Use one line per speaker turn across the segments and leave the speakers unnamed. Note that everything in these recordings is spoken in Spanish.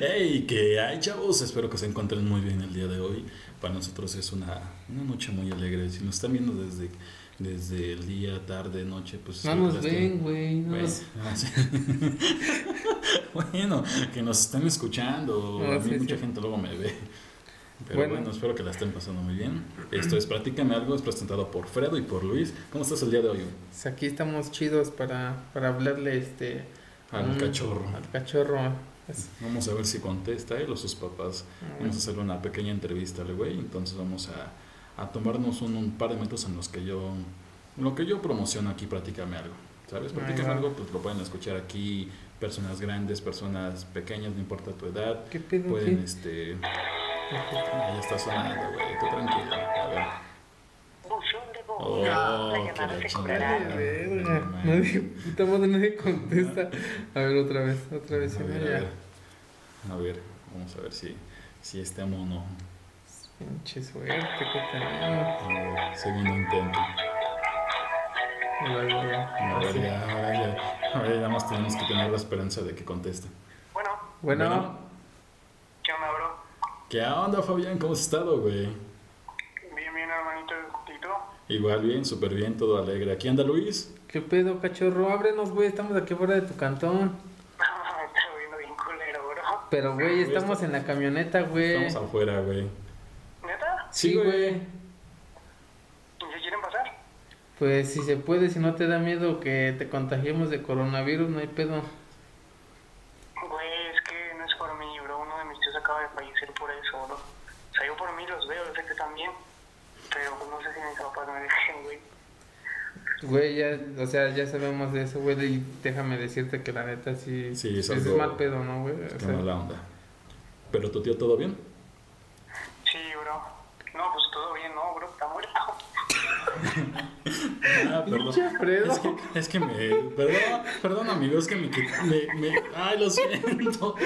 ¡Hey! ¿Qué hay, chavos? Espero que se encuentren muy bien el día de hoy. Para nosotros es una, una noche muy alegre. Si nos están viendo desde, desde el día, tarde, noche, pues.
No nos
las que-
ven, güey. No
Güey,
nos-
ah, sí. bueno, que nos estén escuchando.
Ah,
A mí
sí,
mucha
sí.
gente luego me ve. Pero
Bueno.
bueno. espero que la estén pasando muy bien. Esto es Platícame Algo, es presentado por Fredo y por Luis. ¿Cómo estás el día de hoy?
Pues Aquí estamos chidos para, para hablarle este, a
Al
un-
cachorro.
Al cachorro. Es-
Vamos a ver si contesta él o sus papás. Vamos a hacer una pequeña entrevista al güey. Entonces vamos a, a tomarnos un, un par de minutos en los que yo... Lo que yo promociono aquí, Platícame Algo. ¿Sabes?
Ahí
Platícame
va.
Algo, pues lo pueden escuchar aquí. Personas grandes, personas pequeñas, no importa tu edad.
¿Qué pedo?
Pueden,
qué?
este. Ya está sonando, güey. Tú tranquilo. A ver.
Buzón de voz.
Oh,
la
qué
llamada
la
se
chingada.
cobrará.
Ay,
no
Ah, verga,
mames.
Nadie, puta madre, nadie contesta. A ver, otra vez, otra vez.
A
sí,
ver, a
ya.
ver. A ver, vamos a ver si, si está mono.
Pinche suerte que tenemos.
A ver, segundo intento.
Hola, hola.
Ahora ya, ahora ya. Ahora ya nada más tenemos que tener la esperanza de que conteste.
Bueno,
Bueno,
Bueno.
¿qué onda, bro?
¿Qué onda, Fabián? ¿Cómo has estado, güey?
Bien, bien, hermanito. ¿Y tú?
Igual bien, súper bien, todo alegre. ¿Aquí anda Luis?
¿qué pedo, cachorro? Ábrenos, güey. Estamos aquí fuera de tu cantón.
Me está viendo bien culero, bro.
Pero, güey,
Güey,
estamos en la camioneta, güey.
Estamos afuera, güey.
¿Neta?
Sí,
Sí, güey.
güey.
¿Y se quieren pasar?
Pues si se puede, si no te da miedo que te contagiemos de coronavirus, no hay pedo.
Güey, es que no es por mí, bro. Uno de mis tíos acaba de fallecer por eso, bro. O sea, yo por mí los veo, yo sé que también. Pero pues, no sé si mis papás me dejen, güey.
Güey, ya, o sea, ya sabemos de eso, güey, y déjame decirte que la neta sí,
Sí, es
sí es
algo-
mal pedo, ¿no, güey? O
Qué
sea,
mala onda. ¿Pero tu tío todo bien?
Sí, bro. No, pues todo bien, no, bro. Está muerto.
Ah, perdón.
Pinche Fredo.
Es que, es que me. Perdón, perdón, amigo, es que me quité. Me, me- ay, lo siento.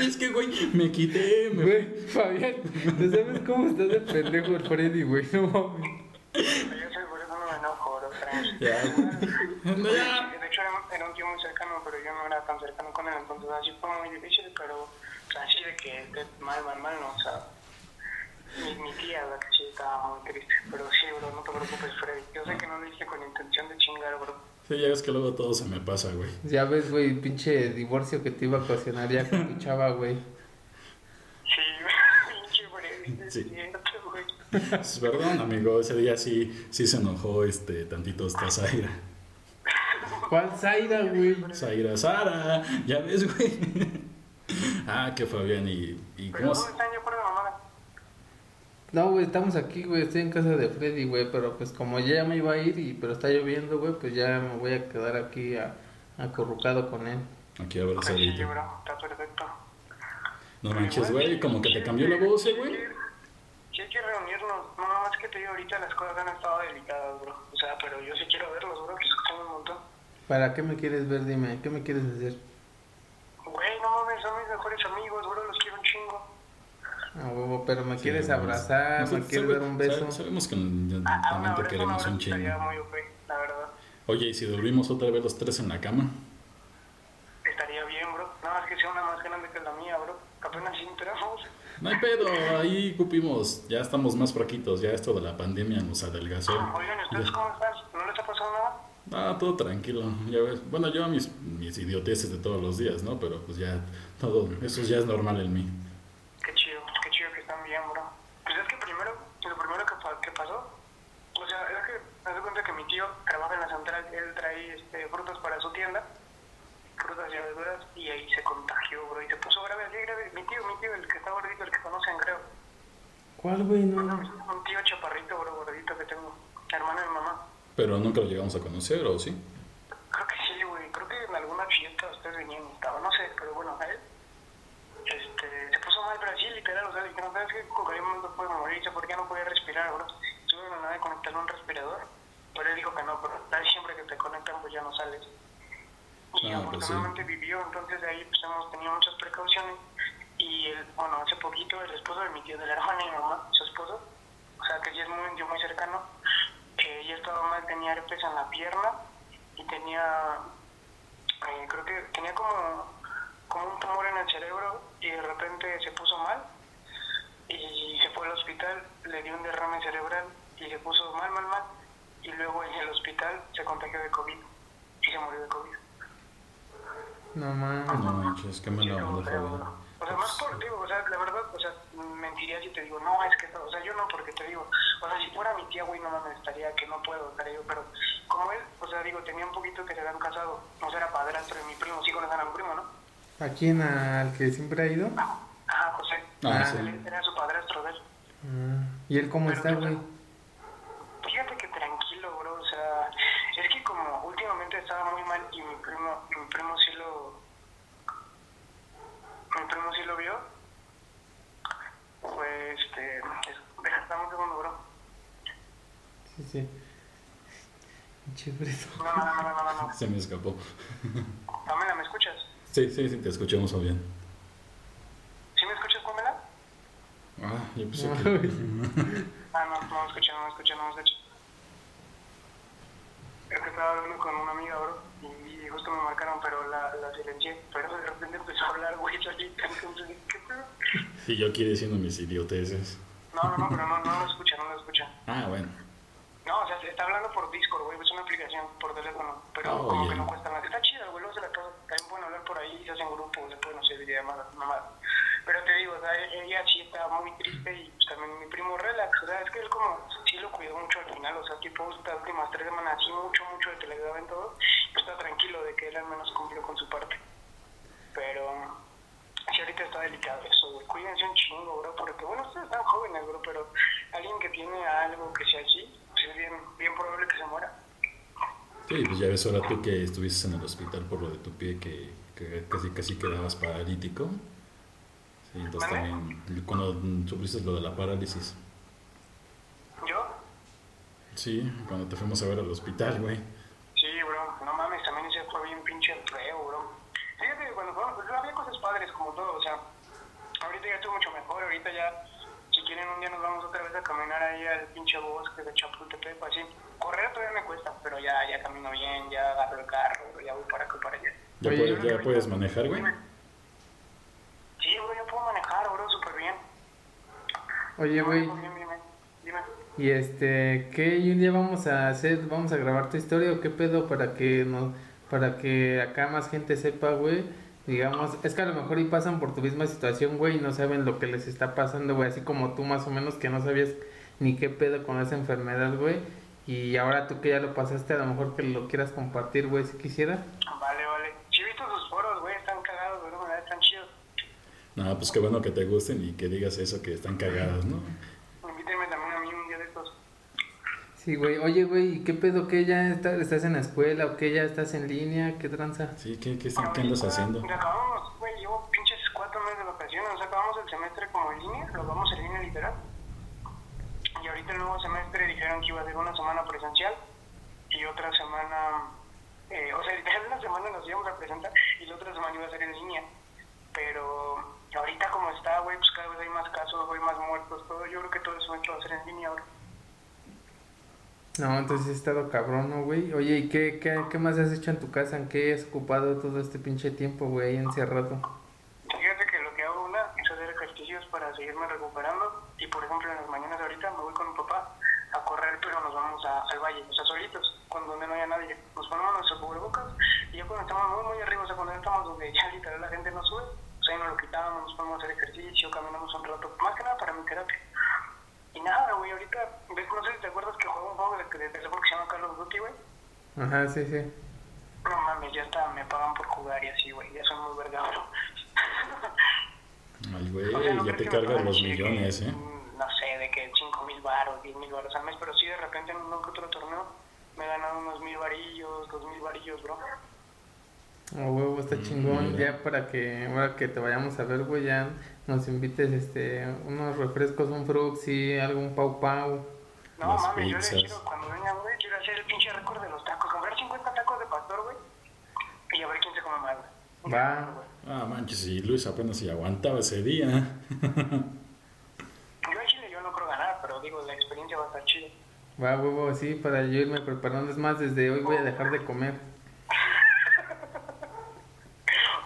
Es que, güey, me quité. Me,
Güey, Fabián, ¿no sabes cómo estás de pendejo el Freddy, güey? No mames.
Yo soy por eso no me enojo, bro. tranqui.
Ya. No, ya.
De hecho, era, un- era un tío muy cercano, pero yo no era tan cercano con él, entonces así fue muy difícil, pero así de que esté mal, mal, mal, no, o sea, mi, mi tía, la que sí estaba muy triste, pero sí, bro, no te preocupes, Freddy, yo sé que no lo hice con intención de chingar, bro.
Sí, ya ves que luego todo se me pasa, güey.
Ya ves, güey, el pinche divorcio que te iba a ocasionar ya con tu chava, güey.
Sí, pinche Freddy, es
Sí.
cierto, güey.
Pues, Perdón, amigo, ese día sí, sí se enojó este tantito esta Zaira.
¿Cuál Zaira, güey?
Zaira, Sara, ya ves, güey. Ah, que Fabián, ¿y, y
Pero
cómo?
¿dónde
se-
están yo por la mamada?
No, güey, estamos aquí, güey, estoy en casa de Freddy, güey, pero pues como ya me iba a ir y pero está lloviendo, güey, pues ya me voy a quedar aquí a- acurrucado con él.
Aquí
Pues Sí,
abrazadito.
bro, está perfecto.
No manches, güey, como que te cambió la voz, eh, güey.
Sí, hay que reunirnos. No, nada más que te digo, ahorita las cosas han estado delicadas, bro. O sea, pero yo sí quiero verlos, bro, que se escuchan un montón.
¿Para qué me quieres ver? Dime, ¿qué me quieres hacer?
Güey, no mames, son mis mejores amigos, bro, los quiero un chingo.
Ah, huevo, pero me quieres
Sí,
abrazar,
nosotros
me quieres
sabe-
dar un beso.
sabe- Sabemos que también
Ah, un
te
abrazo, un
queremos
abrazo
un chingo.
estaría muy ok, la verdad.
Oye, ¿y si dormimos otra vez los tres en la cama?
Estaría bien, bro. Nada más que sea una más grande que la mía, bro. Que apenas sí entramos.
No hay pedo, ahí cupimos, ya estamos más fraquitos, ya esto de la pandemia nos adelgazó.
Ah, Oigan, ¿ustedes cómo están? ¿No les ha pasado nada?
Ah, todo tranquilo, ya ves. Bueno, yo mis, mis idioteces de todos los días, ¿no? Pero pues ya, todo, eso ya es normal en mí.
Qué chido, qué chido que están bien, bro. Pues es que primero, lo primero que, pa- que pasó, o sea, es que me doy cuenta que mi tío trabaja en la central, él trae este, frutas para su tienda, frutas y verduras, y ahí se contagió, bro, y se puso grave, así grave. Mi tío, mi tío, el que está gordito, el que conocen, creo.
¿Cuál, güey? No,
Uno de
no.
mis- Un tío chaparrito, bro, gordito que tengo, hermano de mi mamá.
Pero nunca lo llegamos a conocer, ¿o sí?
Creo que sí, güey, creo que en alguna fiesta ustedes venían y estaba, no sé, pero bueno, a él. Este, se puso mal Brasil, literal, o sea, que no sabes que con cualquier momento puede morirse porque ya no podía respirar, bro. Estuve en la nave conectarle un respirador, pero él dijo que no, pero tal siempre que te conectan, pues ya no sales. Y
Ah, pues sí.
afortunadamente vivió, entonces de ahí pues hemos tenido muchas precauciones. Y él, bueno, hace poquito el esposo de mi tío, de la hermana de mi mamá, su esposo, o sea que sí es muy, un tío muy cercano, que ella estaba mal, tenía herpes en la pierna y tenía, eh, creo que tenía como, como un tumor en güey se puso mal y se fue al hospital, le dio un derrame cerebral y se puso mal, mal, mal. Y luego en el hospital se contagió de COVID y se murió de COVID.
No mames.
No manches, qué mala
o
onda,
sea,
Fabián.
o sea, más por, digo, o sea, la verdad, o sea, mentiría si te digo, no, es que, no, o sea, yo no, porque te digo, o sea, si fuera mi tía, güey, no me estaría que no puedo, estaría yo, pero como él, o sea, digo, tenía un poquito que se habían casado, no sea, era padrastro de mi primo, sí conocen a mi primo, ¿no?
¿A quién? ¿Al que siempre ha ido?
Ah, José,
Ah,
Era-
sí.
era su padrastro de él.
Ah, ¿Y él cómo está, güey?
Fíjate que tranquilo, bro. O sea, es que como últimamente estaba muy mal y mi primo, mi primo sí lo. Mi primo sí lo vio. Pues, este. es- Dame un segundo, bro.
Sí, sí. Pinche Fredo.
No, no, no, no, no, no.
Se me escapó.
no. Pamela, ¿me escuchas?
Sí, sí, sí, te escuchamos, Fabián.
¿Sí me escuchas, Pamela?
Ah, yo pensé
No,
que...
Ah, no, no me escuché, no me escuché, no me escuché. Es que estaba hablando con una amiga, bro, y, y justo me marcaron, pero la, la silencié. Pero de repente empezó a hablar, güey, solita. Entonces, ¿qué pedo?
Y yo aquí diciendo mis idioteces.
No, no, no, pero no, no lo escucha, no lo escucha.
Ah, bueno.
No, o sea, se está hablando por Discord, güey, es una aplicación por teléfono, pero
Ah,
como
oye.
que no cuesta nada. Está chido, güey, luego se la paso. También pueden hablar por ahí, se hacen grupos, después no sé, videollamadas, mamadas. Pero te digo, o sea, e-, ella sí está muy triste y pues, también mi primo relax, o sea, es que él como sí lo cuidó mucho al final, o sea, tipo estas últimas tres semanas, sí mucho, mucho de que le ayudaba en todo, pues, está tranquilo de que él al menos cumplió con su parte. Pero sí, ahorita está delicado eso, güey. Cuídense un chingo, bro, porque, bueno, ustedes están jóvenes, bro, pero alguien que tiene algo que sea así, pues es bien, bien probable que se muera.
Sí, pues ya ves ahora tú que estuviste en el hospital por lo de tu pie que, que casi casi quedabas paralítico. Sí, entonces
¿Vale?
también cuando mm, sufriste lo de la parálisis.
¿Yo?
Sí, cuando te fuimos a ver al hospital, güey.
Sí, bro, no mames, también ese fue bien pinche feo, bro. Fíjate que cuando fuimos, pues había cosas padres como todo, o sea, ahorita ya estoy mucho mejor, ahorita ya, si quieren un día nos vamos otra vez a caminar ahí al pinche bosque de Chapultepec, así. Correr todavía me cuesta, pero ya, ya camino bien, ya agarro el carro, bro, ya voy para acá, para allá.
¿Ya,
Oye, yo
puedes,
creo
ya puedes manejar, güey?
Sí, bro, yo puedo manejar, bro, súper bien.
Oye, güey.
Bien, bien, bien. Dime.
Y este, ¿qué? ¿Y un día vamos a hacer, vamos a grabar tu historia o qué pedo para que nos, para que acá más gente sepa, güey? Digamos, es que a lo mejor y pasan por tu misma situación, güey, y no saben lo que les está pasando, güey, así como tú más o menos que no sabías ni qué pedo con esa enfermedad, güey. Y ahora tú que ya lo pasaste, a lo mejor que lo quieras compartir, güey, si quisieras.
Vale, vale. Sí, he visto sus foros, güey, están cagados, güey, la verdad, están chidos.
No, pues qué bueno que te gusten y que digas eso, que están cagadas, ¿no?
Invítenme también a mí un día de estos.
Sí, güey. Oye, güey, ¿y qué pedo que ya está- estás en la escuela o que ya estás en línea? ¿Qué tranza?
Sí, ¿qué, qué, están- qué andas
Ahorita,
haciendo?
Acabamos, güey, llevo pinches cuatro meses de vacaciones, o sea, acabamos el semestre como en línea, lo vamos en línea literal. Y ahorita el nuevo semestre dijeron que iba a ser una semana presencial y otra semana, eh, o sea, literal una semana nos íbamos a presentar y la otra semana iba a ser en línea. Pero ahorita como está, güey, pues cada vez hay más casos, güey, más muertos, todo, yo creo que todo eso va a ser en línea ahora.
No, entonces he estado cabrón, ¿no, güey? Oye, ¿y qué, qué, qué más has hecho en tu casa? ¿En qué has ocupado todo este pinche tiempo, güey, ahí encerrado?
Fíjate que lo que hago una es hacer ejercicios para seguirme recuperando y por ejemplo en las mañanas ahorita me voy con mi papá a correr pero nos vamos a- al valle, o sea solitos, cuando donde no haya nadie, nos ponemos nuestro cubrebocas y ya cuando estamos muy muy arriba, o sea cuando ya estamos donde ya literal la gente no sube, o sea ahí nos lo quitamos, nos ponemos a hacer ejercicio, caminamos un rato, más que nada para mi terapia. Y nada, güey, ahorita, ¿ves? no sé si te acuerdas que jugaba un juego de, de teléfono que se llama Call of Duty, güey.
Ajá, sí, sí.
No mames, ya está, me pagan por jugar y así, güey, ya soy muy vergado.
Ay, güey,
O sea, no
ya te
creo que me
cargas
pagan
los
así de que,
millones, ¿eh?
mm, No sé, de que 5 mil baros, 10 mil baros al mes, pero sí de repente en un que otro torneo me he ganado unos mil varillos, dos mil varillos, bro.
A huevo, está
Mm,
chingón.
mira.
Ya para que, ahora que te vayamos a ver, güey, ya nos invites, este, unos refrescos, un fruxi, algún pau pau.
No
Las
mames, yo
pizzas.
le quiero, cuando venga, güey, quiero hacer el pinche récord de los tacos, comprar 50 tacos de pastor, güey, y a ver quién se come más, güey.
Va.
güey.
Ah, manches, y Luis apenas si aguantaba ese día.
Yo en Chile yo no creo ganar, pero digo, la experiencia va a estar chida.
Va, huevo, sí, para yo irme preparando. Es más, desde hoy voy a dejar de comer.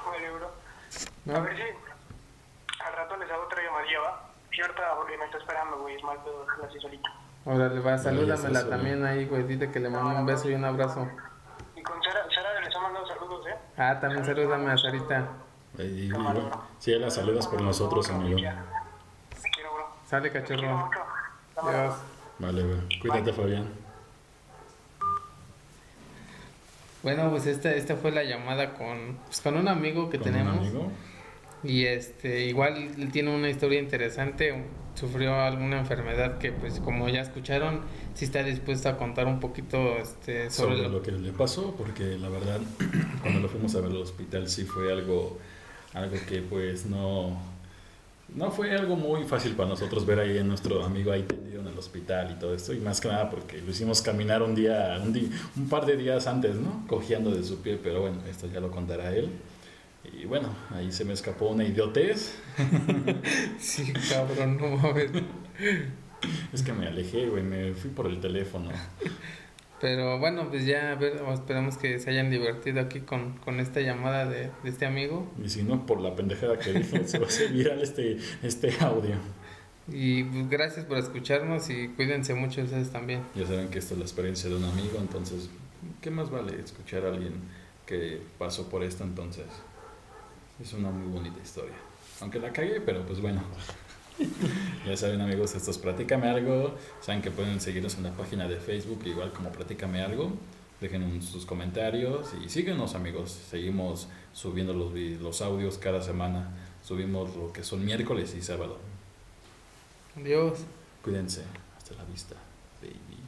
Vale, bro. A
¿no?
ver si al rato les lo lleva. Y ahorita porque me está esperando, güey, es mal pedo dejarla así solita.
Órale, va, salúdamela
eso,
también ahí, güey. Dile que le mando un beso y un abrazo.
Y con Sara, Sara les ha mandado saludos, ¿eh?
Ah, también salúdame a Sarita.
Ahí, igual, si ya las saludas por nosotros, amigo.
Te quiero, bro.
Sale,
Te quiero
cachorro.
mucho.
Adiós.
Vale, güey. Cuídate, Fabián.
Bueno, pues esta, esta fue la llamada con, pues, con un amigo que
Con un
tenemos.
amigo.
Y este, igual él tiene una historia interesante, sufrió alguna enfermedad que pues como ya escucharon, sí está dispuesto a contar un poquito este, sobre,
sobre
lo,
lo que le pasó, porque la verdad, cuando lo fuimos a ver al hospital, sí fue algo, algo que pues no, no fue algo muy fácil para nosotros ver ahí a nuestro amigo ahí tendido en el hospital y todo esto, y más que nada porque lo hicimos caminar un día, un, di- un par de días antes, ¿no? Cojeando de su pie, pero bueno, esto ya lo contará él. Y bueno, ahí se me escapó una idiotez.
Sí, cabrón, no mames.
Es que me alejé, güey, me fui por el teléfono.
Pero bueno, pues ya a ver, esperamos que se hayan divertido aquí con, con esta llamada de, de este amigo.
Y si no, por la pendejada que dije, se va a hacer viral este, este audio.
Y pues, gracias por escucharnos y cuídense mucho ustedes también.
Ya saben que esta es la experiencia de un amigo, entonces, ¿qué más vale escuchar a alguien que pasó por esto? Entonces, es una muy bonita historia. Aunque la cagué, pero pues bueno. ya saben, amigos, esto es Platícame Algo. Saben que pueden seguirnos en la página de Facebook, igual como Platícame Algo. Dejen un- sus comentarios y síguenos, amigos. Seguimos subiendo los, vi- los audios cada semana. Subimos lo que son miércoles y sábado.
Adiós.
Cuídense. Hasta la vista, baby.